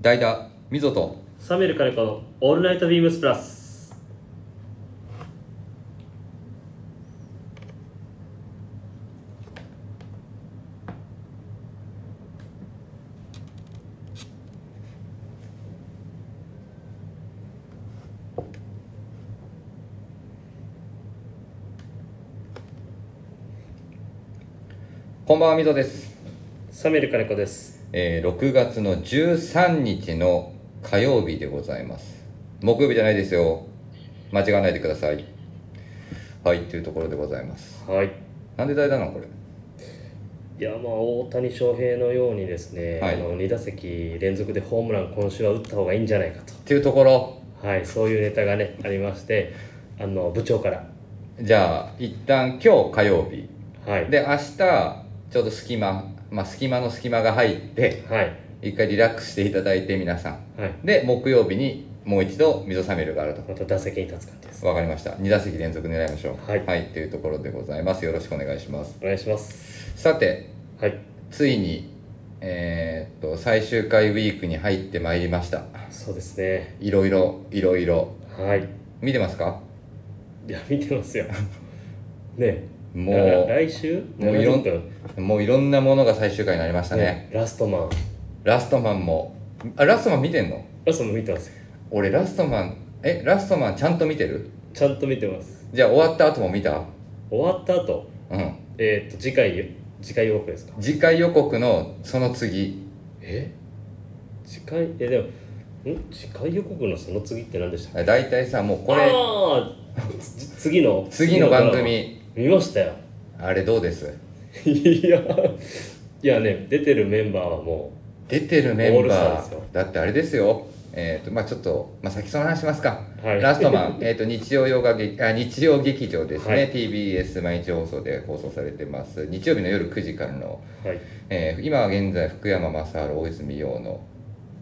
代打溝とサメルカネコのオールナイトビームスプラス。こんばんは溝です、サメルカネコです。えー6月の13日の火曜日でございます木曜日じゃないですよ間違わないでくださいはいというところでございますはい。なんで代打なのこれいや、まあ、大谷翔平のようにですね、はいあの2打席連続でホームラン、今週は打った方がいいんじゃないかっていうところと、はい、そういうネタがね、ありまして、あの部長から、じゃあ一旦今日火曜日はい、で明日ちょうど隙間まあ隙間の隙間が入ってはい、一回リラックスしていただいて皆さんはい、で木曜日にもう一度溝サメルがあるとまた打席に立つ感じです。わかりました2打席連続狙いましょうはいというところでございますよろしくお願いしますお願いします。さてはい、ついにえーっと最終回ウィークに入ってまいりましたそうですね、いろいろいろいろはい、見てますかいや、見 てますよ。ねもうだから来週、もういろん70分 もういろんなものが最終回になりましたねね、ラストマン、ラストマンもあラストマン見てんのラストマン見てますよ。俺ラストマンえラストマンちゃんと見てるちゃんと見てます。じゃあ終わった後も見た終わった後うんえー、と次回次回予告ですか次回予告のその次え次回えでもん次回予告のその次って何でしたっけ大体さもうこあれーつ次の次の番次の組ドラマ見ましたよあれどうですいやいやね出てるメンバーはも出てるメオーンルスターバですよーだってあれですよえっ、とまあちょっと、まあ、先その話しますか、はいラストマン えーと日曜洋画劇 あ日曜劇場ですね、はい TBS 毎日放送で放送されてます日曜日の夜9時からのう はいえー今は現在福山雅治大泉洋の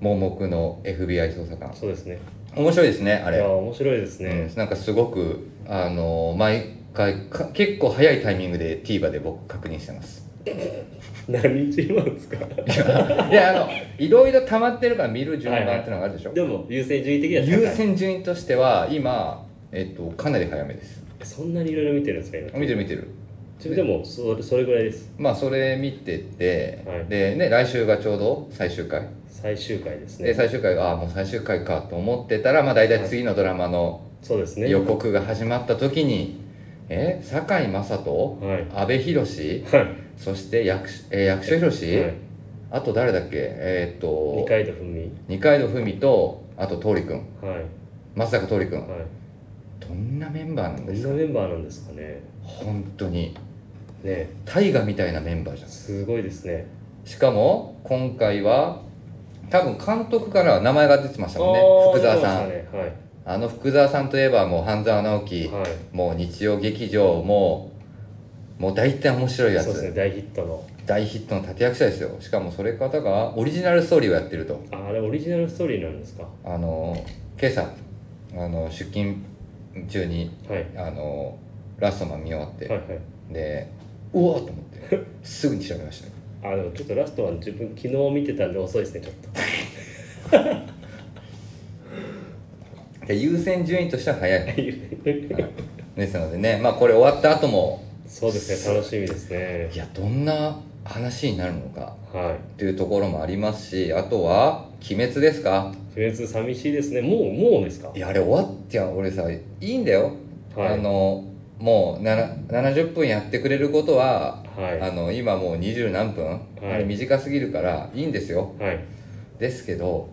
盲目の FBI 捜査官そうですね面白いですねあいやれ、面白いですうねん、なんかすごくあのー毎回か結構早いタイミングで TVer で僕確認してます 何日今ですか いやあのいろいろ溜まってるから見る順番っはいはいてのがあるでしょ、でも優先順位的には高い優先順位としては今、えっと、かなり早めですそんなにいろいろ見てるんですか今見てる見てる自分でもそれそれぐらいですまあそれ見てて、はいでね来週がちょうど最終回最終回ですでね最終回がああもう最終回かと思ってたらまあ大体次のドラマのそうですね予告が始まった時に、え堺雅人、はい阿部寛はいそして役,、えー役所広司、はいあと誰だっけえーっと二階堂ふみ二階堂ふみとあと桃李君はい松坂桃李君、はいどんなメンバーなんどでんすなかメンバーなんですかね本当にね大河みたいなメンバーじゃんすごいですねしかも今回は多分監督からは名前が出てましたもんねあー福沢さん、出てましたねあの福沢さんといえばもう半沢直樹、はい、はい、もう日曜劇場もうもう大体面白いやそうつ、ですね大ヒットの大ヒットの立役者ですよしかもそれ方がオリジナルストーリーをやってるとああれオリジナルストーリーなんですかはあの今朝あの出勤中にいはいあのラストマン見終わって、はいでうおーっと思 ってすぐに調べましたねあでもちょっとラストは自分昨日見てたんで遅いですねちょっとで優先順位としては早いですのでねまあこれ終わった後もそうで すね楽しみですねいやどんな話になるのかはっていうところもありますしあとは「鬼滅」ですかい鬼滅寂しいですねもうもうですかいやあれ終わってや俺さいいんだよ、はいあのもうなな70分やってくれることは、はいあの今もう二十何分、いあれ短すぎるからいいんですよはいですけど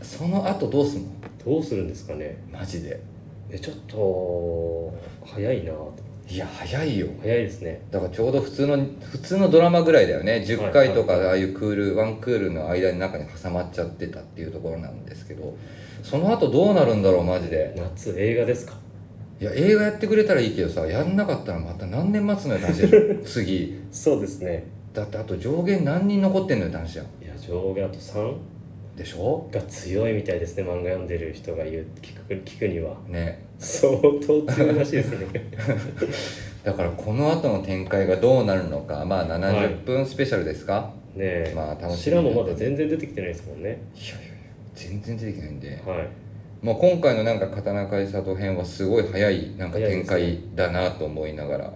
その後どうすんのどうするんですかねマジでえちょっと早いなといや早いよ早いですねだからちょうど普通の普通のドラマぐらいだよね10はい回とかああいうクール、ワンクールの間に中に挟まっちゃってたっていうところなんですけどその後どうなるんだろうマジで夏映画ですかいや映画やってくれたらいいけどさやんなかったらまた何年待つのよって話でしょ 次そうですねだってあと上限何人残ってんのよって話じゃんいや上下あと3でしょが強いみたいですね漫画読んでる人が言う聞く聞くにはね相当強いらしいです ねだからこの後の展開がどうなるのかまあ70分スペシャルですか、ねえまあ楽しみ白もまだ全然出てきてないですもんねいやいやいや全然出てきないんで、はいまあ、今回のなんか刀鍛冶里編はすごい早いなんか早いで展すね開だなと思いながら、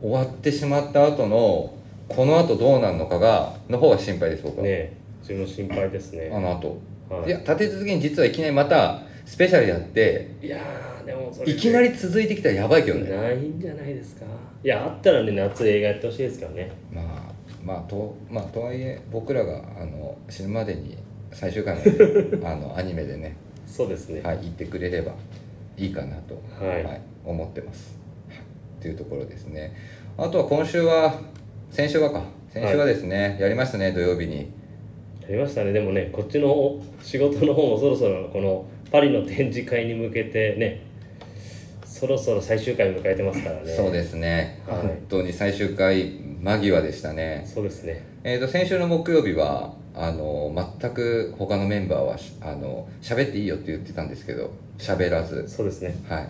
終わってしまった後のこの後どうなるのかがの方が心配です僕は、ねえそれも心配ですねあの後、はいいや立て続けに実はいきなりまたスペシャルやっていやーでもそれいきなり続いてきたらやばいけどねないんじゃないですかいやあったらね夏映画やってほしいですからねまあまあとまあとはいえ僕らがあの死ぬまでに最終回まで あのアニメでね、そうですねはい、言ってくれればいいかなと、はい思ってますはいというところですねあとは今週は先週はか先週はですね、やりましたね土曜日にやりましたねでもねこっちの仕事の方もそろそろこのパリの展示会に向けてねそろそろ最終回迎えてますからねそうですね、はい本当に最終回間際でしたねそうですねえー、と先週の木曜日はあの全く他のメンバーはしあの喋っていいよって言ってたんですけど喋らずそうですねはい、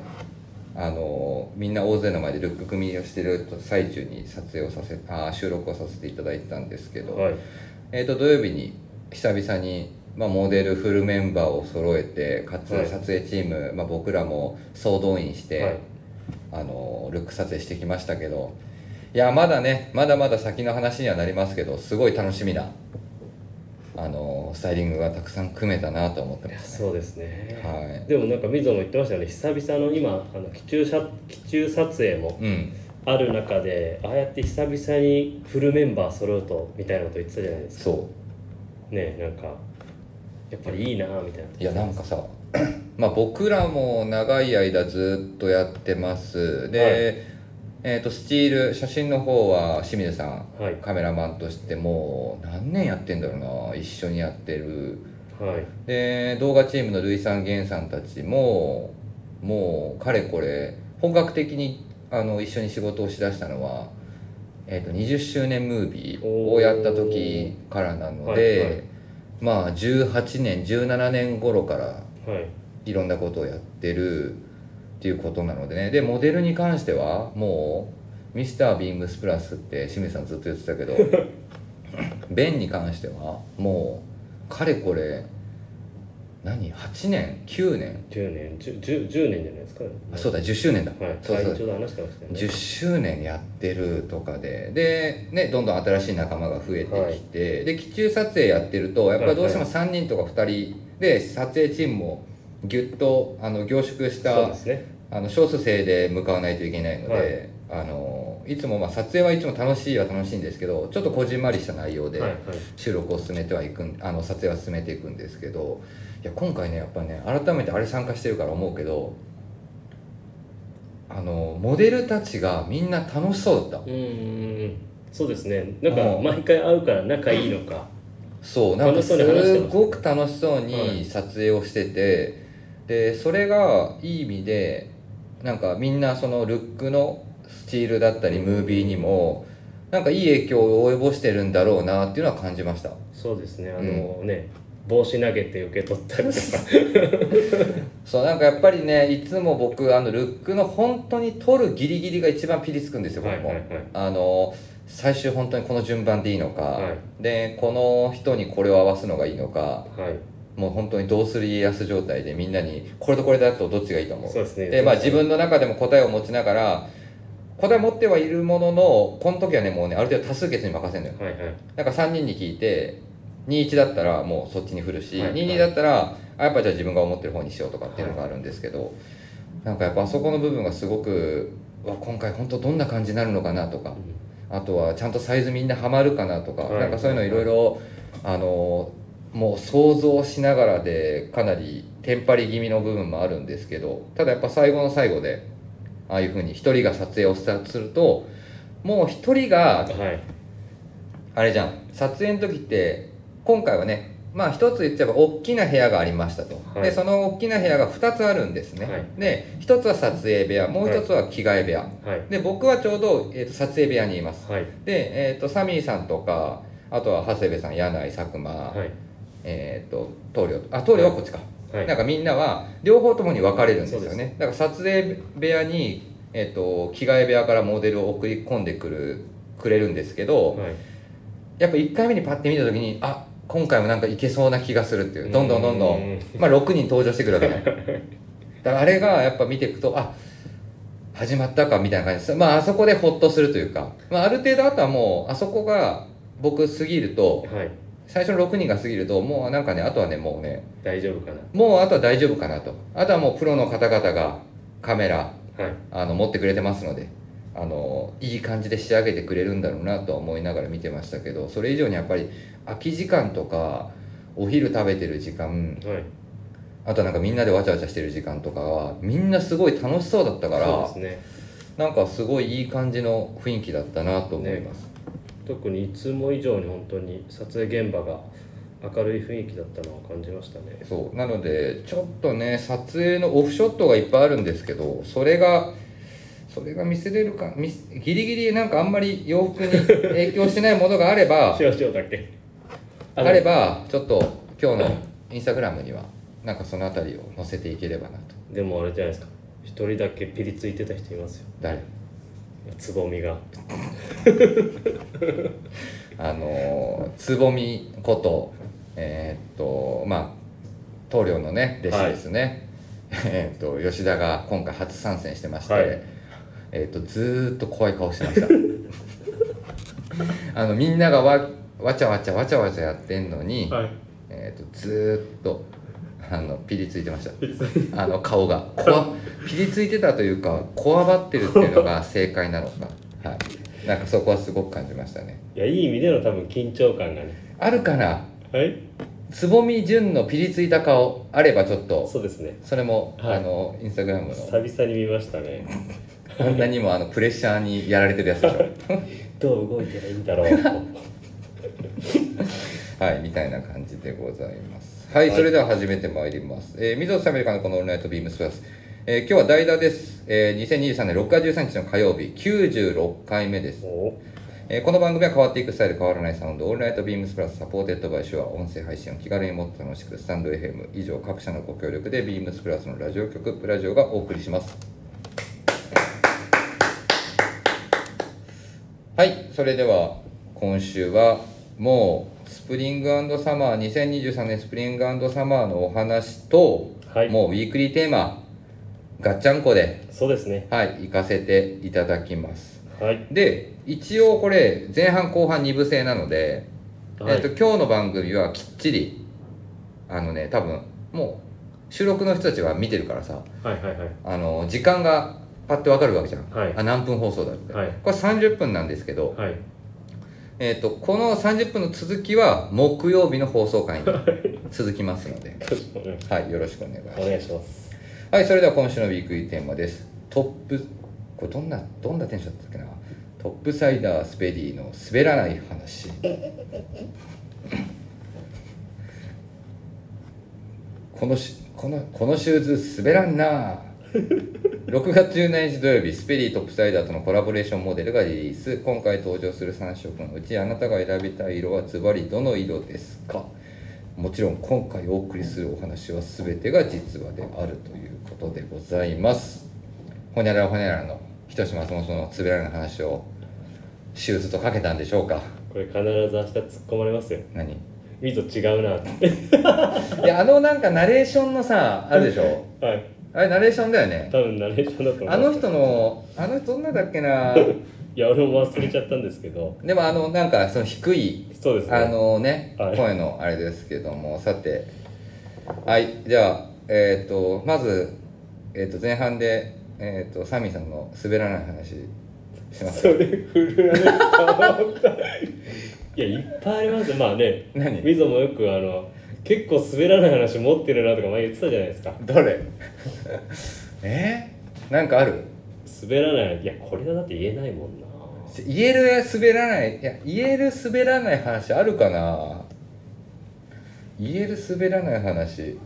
あのみんな大勢の前でルック組みをしてる最中に撮影をさせあー収録をさせていただいてたんですけど、はいえー、と土曜日に久々に、まあ、モデルフルメンバーを揃えてかつはい撮影チーム、まあ、僕らも総動員して、はいあのルック撮影してきましたけどいやまだねまだまだ先の話にはなりますけどすごい楽しみなあのスタイリングがたくさん組めたなと思っていまやす、そうですね、はいでもなんか水野も言ってましたよね久々の今あの機中写機中撮影もうんある中でああやって久々にフルメンバー揃うとみたいなこと言ってたじゃないですかそうねなんかやっぱりいいなみたいないやなんかさ まあ僕らも長い間ずっとやってますで、はいえー、とスチール写真の方は清水さんはいカメラマンとしてもう何年やってんだろうな一緒にやってるはいで動画チームのルイさんゲンさんたちももうかれこれ本格的にあの一緒に仕事をしだしたのは、えー、と20周年ムービーをやった時からなので、まあ18年17年頃からはいいろんなことをやってるっていうことなのでねでモデルに関してはもうミスタービームスプラスって清水さんずっと言ってたけ どベンに関してはもうかれこれ何8年9年10年 10, 10, 10年じゃないですか、あそうだ10周年だ、はいそうそう会長で話してましたよね10周年やってるとかでで、ね、どんどん新しい仲間が増えてきて、で機中撮影やってるとやっぱりどうしても3人とか2人で撮影チームもぎゅっとあの凝縮しそうたですねあの少数制で向かわないといけないので、い、あのいつもまあ撮影はいつも楽しいは楽しいんですけどちょっとこじんまりした内容ではいはい収録を進めてはいくんあの撮影は進めていくんですけどいや今回ねやっぱね改めてあれ参加してるから思うけどあのモデルたちがみんな楽しそうだったうーんそうですねなんうかん毎回会うから仲いいのか、そうなんか楽しそうすに話してますごく楽しそうはにい撮影をしてて、でそれがいい意味でなんかみんなそのルックのスチールだったりムービーにもなんかいい影響を及ぼしてるんだろうなっていうのは感じましたそうですねあのね、帽子投げて受け 取ったりとかそうなんかやっぱりねいつも僕あのルックの本当に撮るギリギリが一番ピリつくんですよはい僕はいも、はいあの最終本当にこの順番でいいのか、はでこの人にこれを合わすのがいいのかはいもう本当にどうする家康状態でみんなにこれとこれだとどっちがいいと思うそうですねでまあ自分の中でも答えを持ちながら答え持ってはいるもののこの時はねもうねある程度多数決に任せるのよはいはいなんか3人に聞いて21だったらもうそっちに振るし、はいはい22だったらあやっぱじゃあ自分が思ってる方にしようとかっていうのがあるんですけど、なんかやっぱあそこの部分がすごくうわ今回本当どんな感じになるのかなとかあとはちゃんとサイズみんなハマるかなとか、はいなんかそういうのいろいろあのもう想像しながらでかなりテンパり気味の部分もあるんですけどただやっぱ最後の最後でああいうふうに一人が撮影をスタートするともう一人がうんはいあれじゃん撮影の時って今回はねまあ一つ言っちゃえば大きな部屋がありましたと、はいでその大きな部屋が2つあるんですね、はいで一つは撮影部屋もう一つは着替え部屋、はいで僕はちょうど、えーと撮影部屋にいますはいで、えー、とサミーさんとかあとは長谷部さん柳井佐久間、はいえっ、と棟梁あ棟梁はこっちか、はいなんかみんなは両方ともに分かれるんですよそうねだから撮影部屋に、えー、と着替え部屋からモデルを送り込んでくるくれるんですけど、はいやっぱ1回目にパッて見た時にあ今回もなんかいけそうな気がするっていうどんどんどんどうんん、まあ、6人登場してくるわけねだからあれがやっぱ見ていくとあ始まったかみたいな感じですまああそこでホッとするというか、まあ、ある程度あとはもうあそこが僕過ぎるとはい最初の6人が過ぎるともうなんかねあとはねもうね大丈夫かもうあとは大丈夫かなとあとはもうプロの方々がカメラなはいあの持ってくれてますのであのいい感じで仕上げてくれるんだろうなとは思いながら見てましたけどそれ以上にやっぱり空き時間とかお昼食べてる時間はいあとはなんかみんなでわちゃわちゃしてる時間とかはみんなすごい楽しそうだったからそうですねなんかすごいいい感じの雰囲気だったなと思います、特にいつも以上に本当に撮影現場が明るい雰囲気だったのを感じましたねそうなのでちょっとね撮影のオフショットがいっぱいあるんですけどそれがそれが見せれるか見せギリギリなんかあんまり洋服に影響しないものがあれ ば塩塩だっけあればちょっと今日のインスタグラムにはなんかそのあたりを載せていければなとでもあれじゃないですか一人だけピリついてた人いますよ誰つぼみがあのーつぼみことえーっとまあ棟梁のね弟子ですね、 えーっと吉田が今回初参戦してまして、はいえーっとずーっと怖い顔してました あのみんながわわちゃわちゃわちゃわちゃやってんのに、はいえーっとずーっとあのピリついてましたあの顔がこわピリついてたというかこわばってるっていうのが正解なのか、はい、なんかそこはすごく感じましたねいやいい意味での多分緊張感がねあるかなはいつぼみじゅんのピリついた顔あればちょっとそうですねそれも、はいあのインスタグラムの久々に見ましたねあんなにもあのプレッシャーにやられてるやつでし どう動いてらいいんだろうょはいみたいな感じでございますはい、はいそれでは始めてまいります、えー、水戸アメリカのこのオールナイトビームスプラス、えー今日は代打です、えー、2023年6月13日の火曜日96回目ですおえーこの番組は変わっていくスタイル変わらないサウンドオールナイトビームスプラスサポーテッドバイシュア音声配信を気軽にもっと楽しくスタンド FM 以上各社のご協力でビームスプラスのラジオ局プラジオがお送りしますはいそれでは今週はもうスプリングサマー2023年スプリングサマーのお話と、 はいもうウィークリーテーマガッチャンコでそうですねはい行かせていただきますはいで一応これ前半後半2部制なので、はい、えっと、今日の番組はきっちりあのね多分もう収録の人たちは見てるからさはいはいはいあの時間がパッてわかるわけじゃん、はいあ何分放送だって、はいこれ30分なんですけど、はい えっと、この30分の続きは木曜日の放送回に続きますので、はい、よろしくお願いしますお願いしますはい、それでは今週のウィークリーテーマです。トップ、これどんな、どんなテンションだったっけな。トップサイダースペディの滑らない話。 このし、この、このシューズ滑らんな。6月17日土曜日、スペリートップサイダーとのコラボレーションモデルがリリース。今回登場する3色のうち、あなたが選びたい色はズバリどの色ですかもちろん今回お送りするお話は全てが実話であるということでございます。ほにゃらほにゃらの人志松本のつぶらない話をシューズとかけたんでしょうかこれ必ず明日突っ込まれますよ何いみぞ違うなってやあのなんかナレーションのさあるでしょはいあれナレーションだよね多分ナレーションだと思うあの人のあの人どんなだっけないや俺も忘れちゃったんですけどでもあのなんかその低いそうですねあのね、はい声のあれですけどもさてはいじゃあえっ、とまず、えー、と前半で、えー、とサミーさんの滑らない話し ますそれ振られたいやいっぱいありますよまあね何みぞもよくあの結構滑らない話持ってるなとか前言ってたじゃないですかどれ えー、なんかある滑らないいやこれはだって言えないもんな言える滑らないいや言える滑らない話あるかな言える滑らない話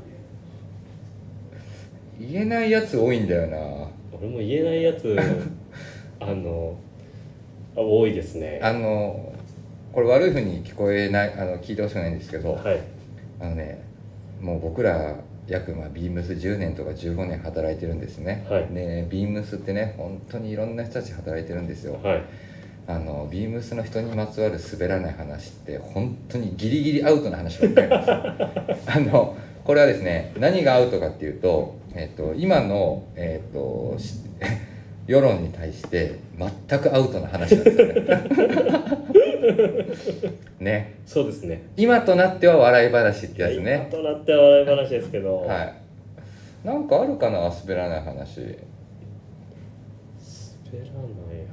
言えないやつ多いんだよな俺も言えないや つあのあ多いですねあのこれ悪い風に聞こえないあの聞いてほしくないんですけど、はいあのねもう僕ら約まあビームス10年とか15年働いてるんですね、はいでビームスってね本当にいろんな人たち働いてるんですよはいあのビームスの人にまつわる滑らない話って本当にギリギリアウトな話ばっかり なんですあのこれはですね何がアウトかっていうと、えっと、今の、えっと、し 世論に対して全くアウトな話なんですよね。 ねそうですね今となっては笑い話ってやついや今ね。となっては笑い話ですけど、はい。なんかあるかな滑らない話。滑らない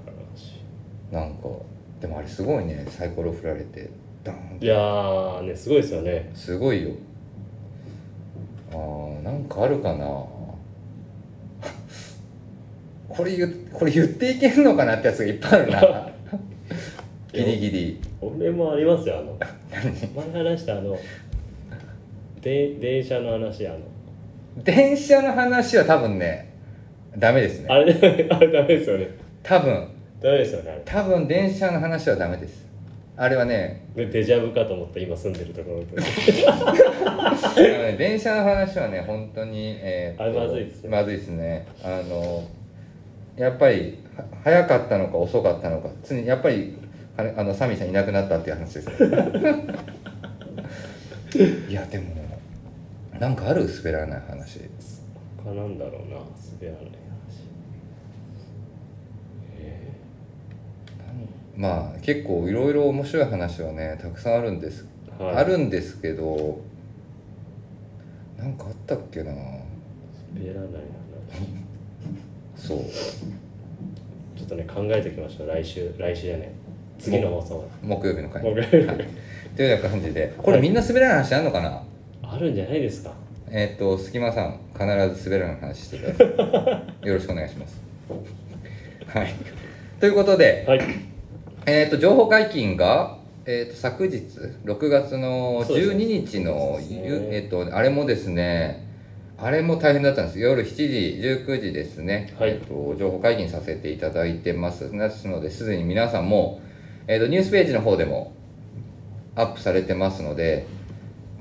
話なんかでもあれすごいねサイコロ振られてダーンっていやーねすごいです よねすごいよあーなんかあるかな これ言うこれ言っていけんのかなってやつがいっぱい あるなギリギリ 俺もありますよあの前話したあので電車の話あの電車の話は多分ねダメですあねれ あれダメですよね多分ダメですよねあれ多分電車の話はダメですあれはねでデジャブかと思って今住んでるところとあのね電車の話はね本当に、えーっとあれまずいですねまずいですねあのやっぱりは早かったのか遅かったのか常にやっぱりあれあのサミーさんいなくなったっていう話ですね いやでもなんかある滑らない話他なんだろうな滑らない話えまあ結構いろいろ面白い話はねたくさんあるんです、ーはいあるんですけどなんかあったっけな滑らない話そうちょっとね考えておきましょう来週来週じゃない次の放送木曜日の回僕 というような感じでこれみんな滑らない話あんのかな、あるんじゃないですかえっ、と隙間さん必ず滑らない話してくださいよろしくお願いしますはいということで、はいえっ、と情報解禁がえっ、と昨日6月のそうです12ね日の、そうですねゆえっ、とあれもですねあれも大変だったんです夜7時19時ですね、はいえっと情報解禁させていただいてますですのですでに皆さんも、えっとニュースページの方でもアップされてますので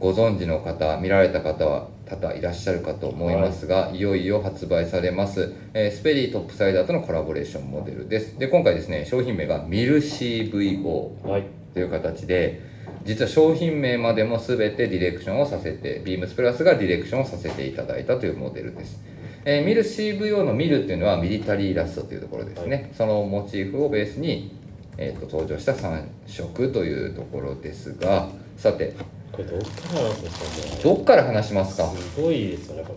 ご存知の方見られた方は多々いらっしゃるかと思いますが、い、よいよ発売されます、えースペリートップサイダーとのコラボレーションモデルですで今回ですね商品名がミル CVO はいという形で実は商品名までも全てディレクションをさせてビームスプラスがディレクションをさせていただいたというモデルです、えーミル CVO のミルっていうのはミリタリーラストというところですね、そのモチーフをベースに、えー、と登場した3色というところですがさてこれどっから話すんですかもどっから話しますかうすごいですよねこ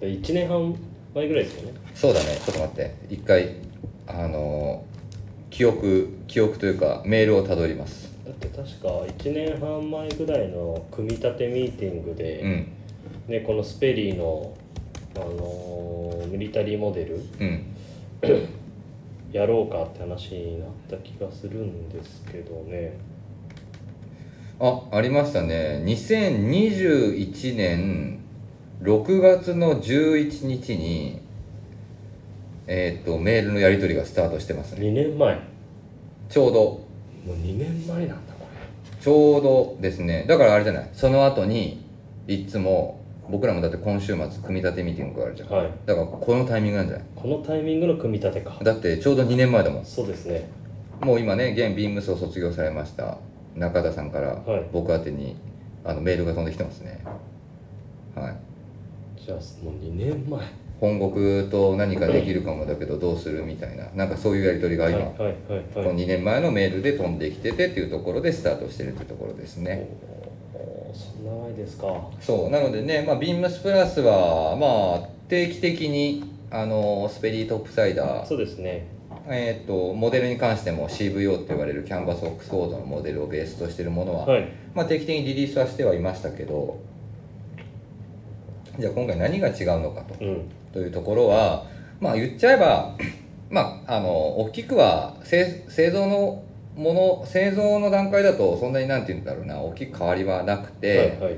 れで1年半前ぐらいですよねそうだねちょっと待って一回あのー記憶記憶というかメールをたどりますだって確か1年半前ぐらいの組み立てミーティングうで、んね、このスペリーの、あのーミリタリーモデルうんやろうかって話になった気がするんですけどねあありましたね2021年6月の11日にえっ、とメールのやり取りがスタートしてますね2年前もちょうどう2年前なんだこちょうどですねだからあれじゃないその後にいつも僕らもだって今週末組み立てミーティングがあるじゃんれはいだからこのタイミングなんじゃないこのタイミングの組み立てかだってちょうど2年前だもんそうですねもう今ね現ビームスを卒業されました中田さんからはい僕宛てにあのメールが飛んできてますねはいじゃあもう2年前本国と何かできるかもだけどどうするみたいななんかそういうやり取りがはい今、はいはいこのはい2年前のメールで飛んできててっていうところでスタートしてるっていうところですね、おーそんな前ですかはそうなのでね、まあ、ビームスプラスはまあ定期的にあのスペリートップサイダーそうですねえー、とモデルに関しても CVO って言われるキャンバスオックスフォードのモデルをベースとしてるものは、はいまあ、定期的にリリースはしてはいましたけどじゃあ今回何が違うのかとうんというところはまあ言っちゃえば まああの大きくは製製造のもの製造の段階だとそんなになんて言うんだろうな大きく変わりはなくて、はいはい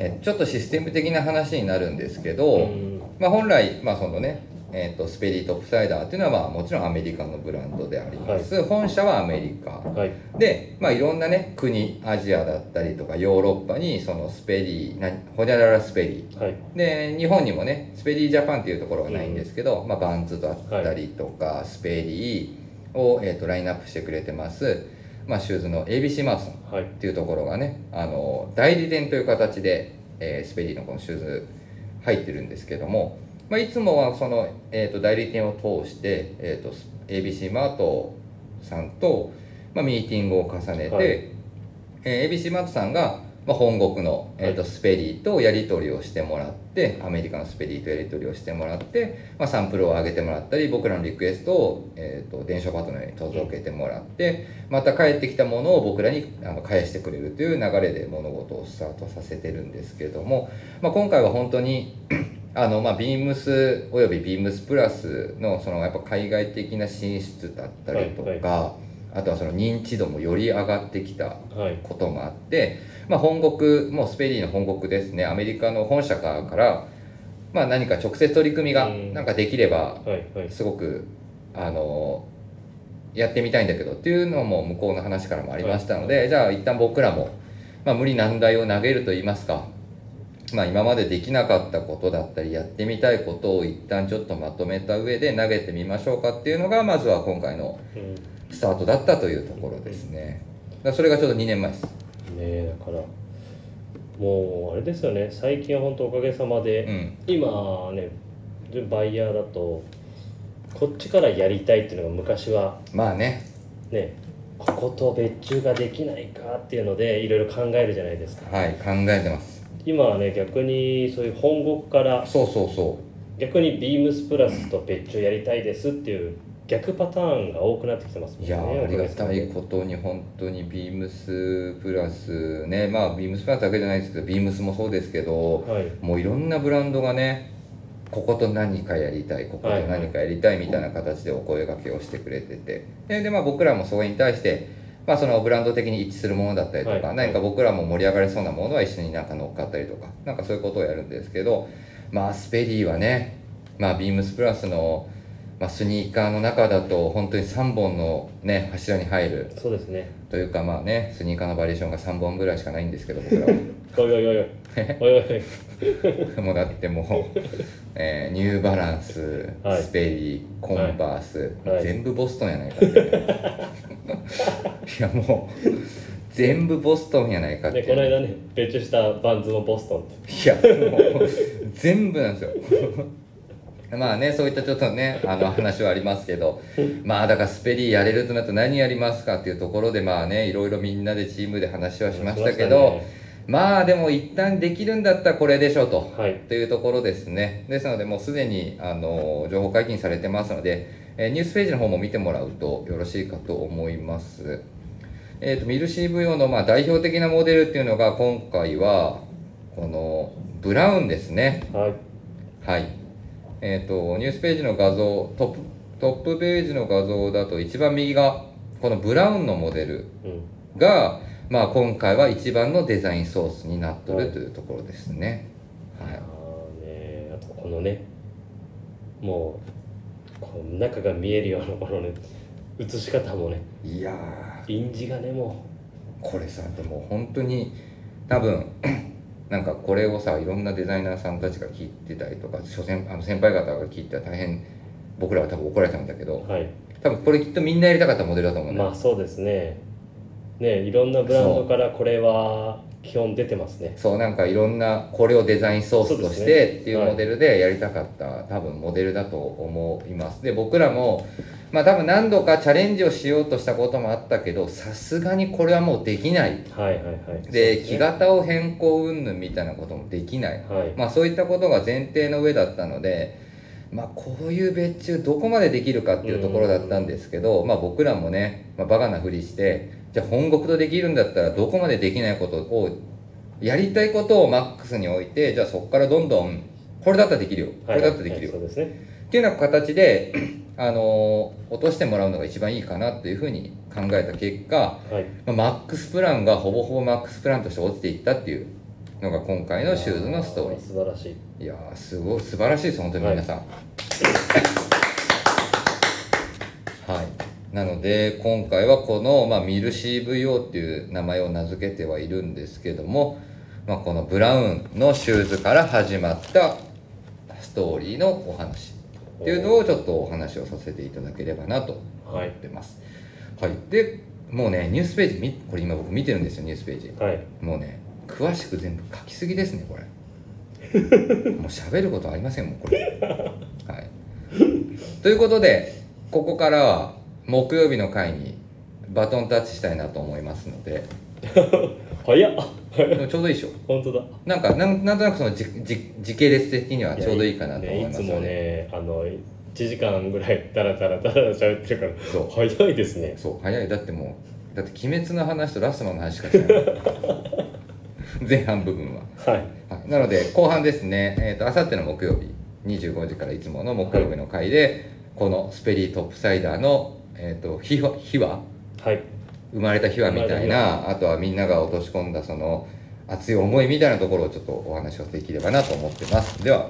えちょっとシステム的な話になるんですけど、うんまあ、本来、まあそのねえー、とスペリートップサイダーっていうのは、まあ、もちろんアメリカのブランドであります、本社はアメリカはいで、まあ、いろんなね国アジアだったりとかヨーロッパにそのスペリーなホニャララスペリーはいで日本にもねスペリージャパンっていうところはないんですけど、まあ、バンズだったりとか、スペリーを、えー、とラインナップしてくれてます、まあ、シューズの ABC マーソンはいっていうところがねあの代理店という形で、えースペリーのこのシューズ入ってるんですけども、まあ、いつもはその、えー、と代理店を通して、えー、と ABC マートさんと、まあ、ミーティングを重ねて、はいえー ABC マートさんが、まあ、本国の、えー、とはスペリーとやり取りをしてもらってアメリカのスペリーとやり取りをしてもらって、まあ、サンプルを上げてもらったり僕らのリクエストを、えー、と電車パートナーに届けてもらって、また帰ってきたものを僕らにあの返してくれるという流れで物事をスタートさせてるんですけれども、まあ、今回は本当にあの、まあ、ビームスおよびビームスプラスのそのやっぱ海外的な進出だったりとか、はいあとはその認知度もより上がってきたはいこともあって、まあ、本国もうスペリーの本国ですねアメリカの本社から、まあ、何か直接取り組みがうんなんかできればはいはいすごくあのやってみたいんだけどっていうのも向こうの話からもありましたので、じゃあ一旦僕らも、まあ、無理難題を投げると言いますか、まあ、今までできなかったことだったりやってみたいことを一旦ちょっとまとめた上で投げてみましょうかっていうのがまずは今回のうんスタートだったというところですね。だからそれがちょうど2年前です。ねえだからもうあれですよね最近は本当おかげさまで、うん、今ねバイヤーだとこっちからやりたいっていうのが昔はまあね、ねここと別注ができないかっていうのでいろいろ考えるじゃないですかはい、考えてます。今はね逆にそういう本国からそうそうそ逆にビームスプラスと別注やりたいですっていう逆パターンが多くなってきてますもう。んいねやーありがたいことに本当にビームスプラスねまあビームスプラスだけじゃないですけどビームスもそうですけどはいもういろんなブランドがねここと何かやりたいここと何かやりたいみたいな形でお声掛けをしてくれててでで、まあ、僕らもそれに対して、まあ、そのブランド的に一致するものだったりとか、はい何か僕らも盛り上がりそうなものは一緒になんか乗っかったりとかなんかそういうことをやるんですけどまあスペリーはね、まあ、ビームスプラスの、まあ、スニーカーの中だと本当に3本の、ね、柱に入るそうですねというかまあねスニーカーのバリエーションが3本ぐらいしかないんですけど僕らは。おいおいおいおいおいおい おいもうだっても う、えーニューバランス、はいスペリーコンバース、はい全部ボストンやないかっていう いやもう全部ボストンやないかっていねうこの間ね別注したバンズもボストンっていやもう全部なんですよ まあねそういったちょっとねあの話はありますけどまあだからスペリーやれるとなったら何やりますかっていうところでまあねいろいろみんなでチームで話はしましたけどねまあでも一旦できるんだったらこれでしょうと。はいというところですね。ですので、もうすでにあの情報解禁されてますので、えーニュースページの方も見てもらうとよろしいかと思います。えー、とミル CVO のまあ代表的なモデルっていうのが、今回はこのブラウンですね。はいはい。えっ、と、ニュースページの画像、トップトップページの画像だと、一番右がこのブラウンのモデルうんが、まあ、今回は一番のデザインソースになっとるというところですね。はいあーねあとこのねもうこう中が見えるようなこのね映し方もねいやー印字がねもこれさでも本当に多分 なんかこれをさいろんなデザイナーさんたちが聞いてたりとか初先あの先輩方が聞いてたら大変僕らは多分怒られたんだけどうはい多分これきっとみんなやりたかったモデルだと思うんだよ、まあそうですねねいろんなブランドからこれは基本出てますねそうなんかいろんなこれをデザインソースとそうしでてすっていうモデルでやりたかった、多分モデルだと思いますで僕らもまあ多分何度かチャレンジをしようとしたこともあったけどさすがにこれはもうできないはいはいはいでそうすね木型を変更云々みたいなこともできないはいまあ、そういったことが前提の上だったので、まあ、こういう別注どこまでできるかっていうところだったんですけど、まあ、僕らもね、まあ、バカなふりしてじゃあ本国とできるんだったらどこまでできないことをやりたいことをマックスに置いてじゃあそこからどんどんこれだったらできるよこはいれだったらできるよ、はいそうですねっていうような形で、あのー落としてもらうのが一番いいかなっていうふうに考えた結果、はいまあマックスプランがほぼほぼマックスプランとして落ちていったっていうのが今回のシューズのストーリーあ。素晴らしいいやーすごい素晴らしいです本当に皆さんはい、なので今回はこの、まあ、ミル CVO っていう名前を名付けてはいるんですけども、まあ、このブラウンのシューズから始まったストーリーのお話っていうのをちょっとお話をさせていただければなと思ってます、はいでもうねニュースページみこれ今僕見てるんですよニュースページはいもうね詳しく全部書きすぎですねこれもう喋ることありませんもんこれ、はい、ということでここからは木曜日の回にバトンタッチしたいなと思いますので早っ あでもちょうどいいでしょ本当だなんかなんなんとなくそのじじ時系列的にはちょうどいいかなと思いますねいつのもで、ねあの1時間ぐらいダラダラダラダラ喋ってるからそう早いですねそう早いだってもうだって「鬼滅の話」と「ラストマン」の話しか しない前半部分ははいはいなので後半ですね、えー、と明後日の木曜日25時からいつもの木曜日の回で、このスペリートップサイダーの、えー、と秘話秘話はい生まれた秘話みたいなあとはみんなが落とし込んだその熱い思いみたいなところをちょっとお話をできればなと思ってますでは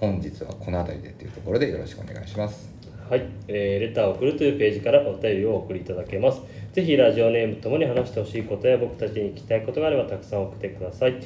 本日はこの辺りでっていうところでよろしくお願いしますはい、えーレターを送るというページからお便りをお送りいただけます。ぜひラジオネームともに話してほしいことや僕たちに聞きたいことがあればたくさん送ってください。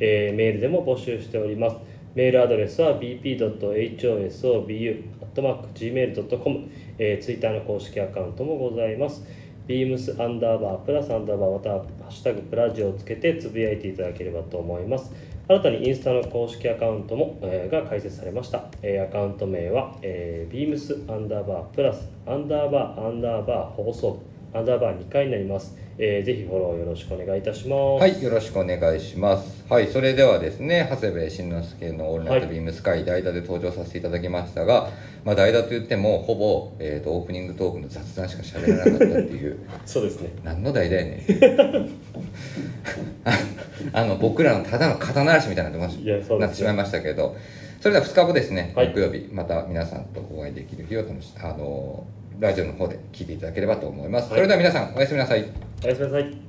えーメールでも募集しております。メールアドレスは bp.hosobu.gmail.com、えー、ツイッターの公式アカウントもございます。beams アンダーバープラスアンダーバーまたはハッシュタグプラジオをつけてつぶやいていただければと思います新たにインスタの公式アカウントも、えーが開設されました、えーアカウント名は、えー、beams アンダーバープラスアンダーバーアンダーバー放送部アンダーバー2回になります、えーぜひフォローよろしくお願いいたしますはい、よろしくお願いします。はい、それではですね、長谷部慎之介のオールナイトはいビームスカイ代打で登場させていただきましたが、まあ代打と言ってもほぼえっ、とオープニングトークの雑談しか喋らなかったっていう。 そうですね何の代だよねん あの僕らのただの刀らしみたいになってましいやそうなですねってしまいましたけどそれでは2日後ですね、はい木曜日また皆さんとお会いできる日を楽しあのラジオの方で聞いていただければと思います、はいそれでは皆さんおやすみなさいおやすみなさい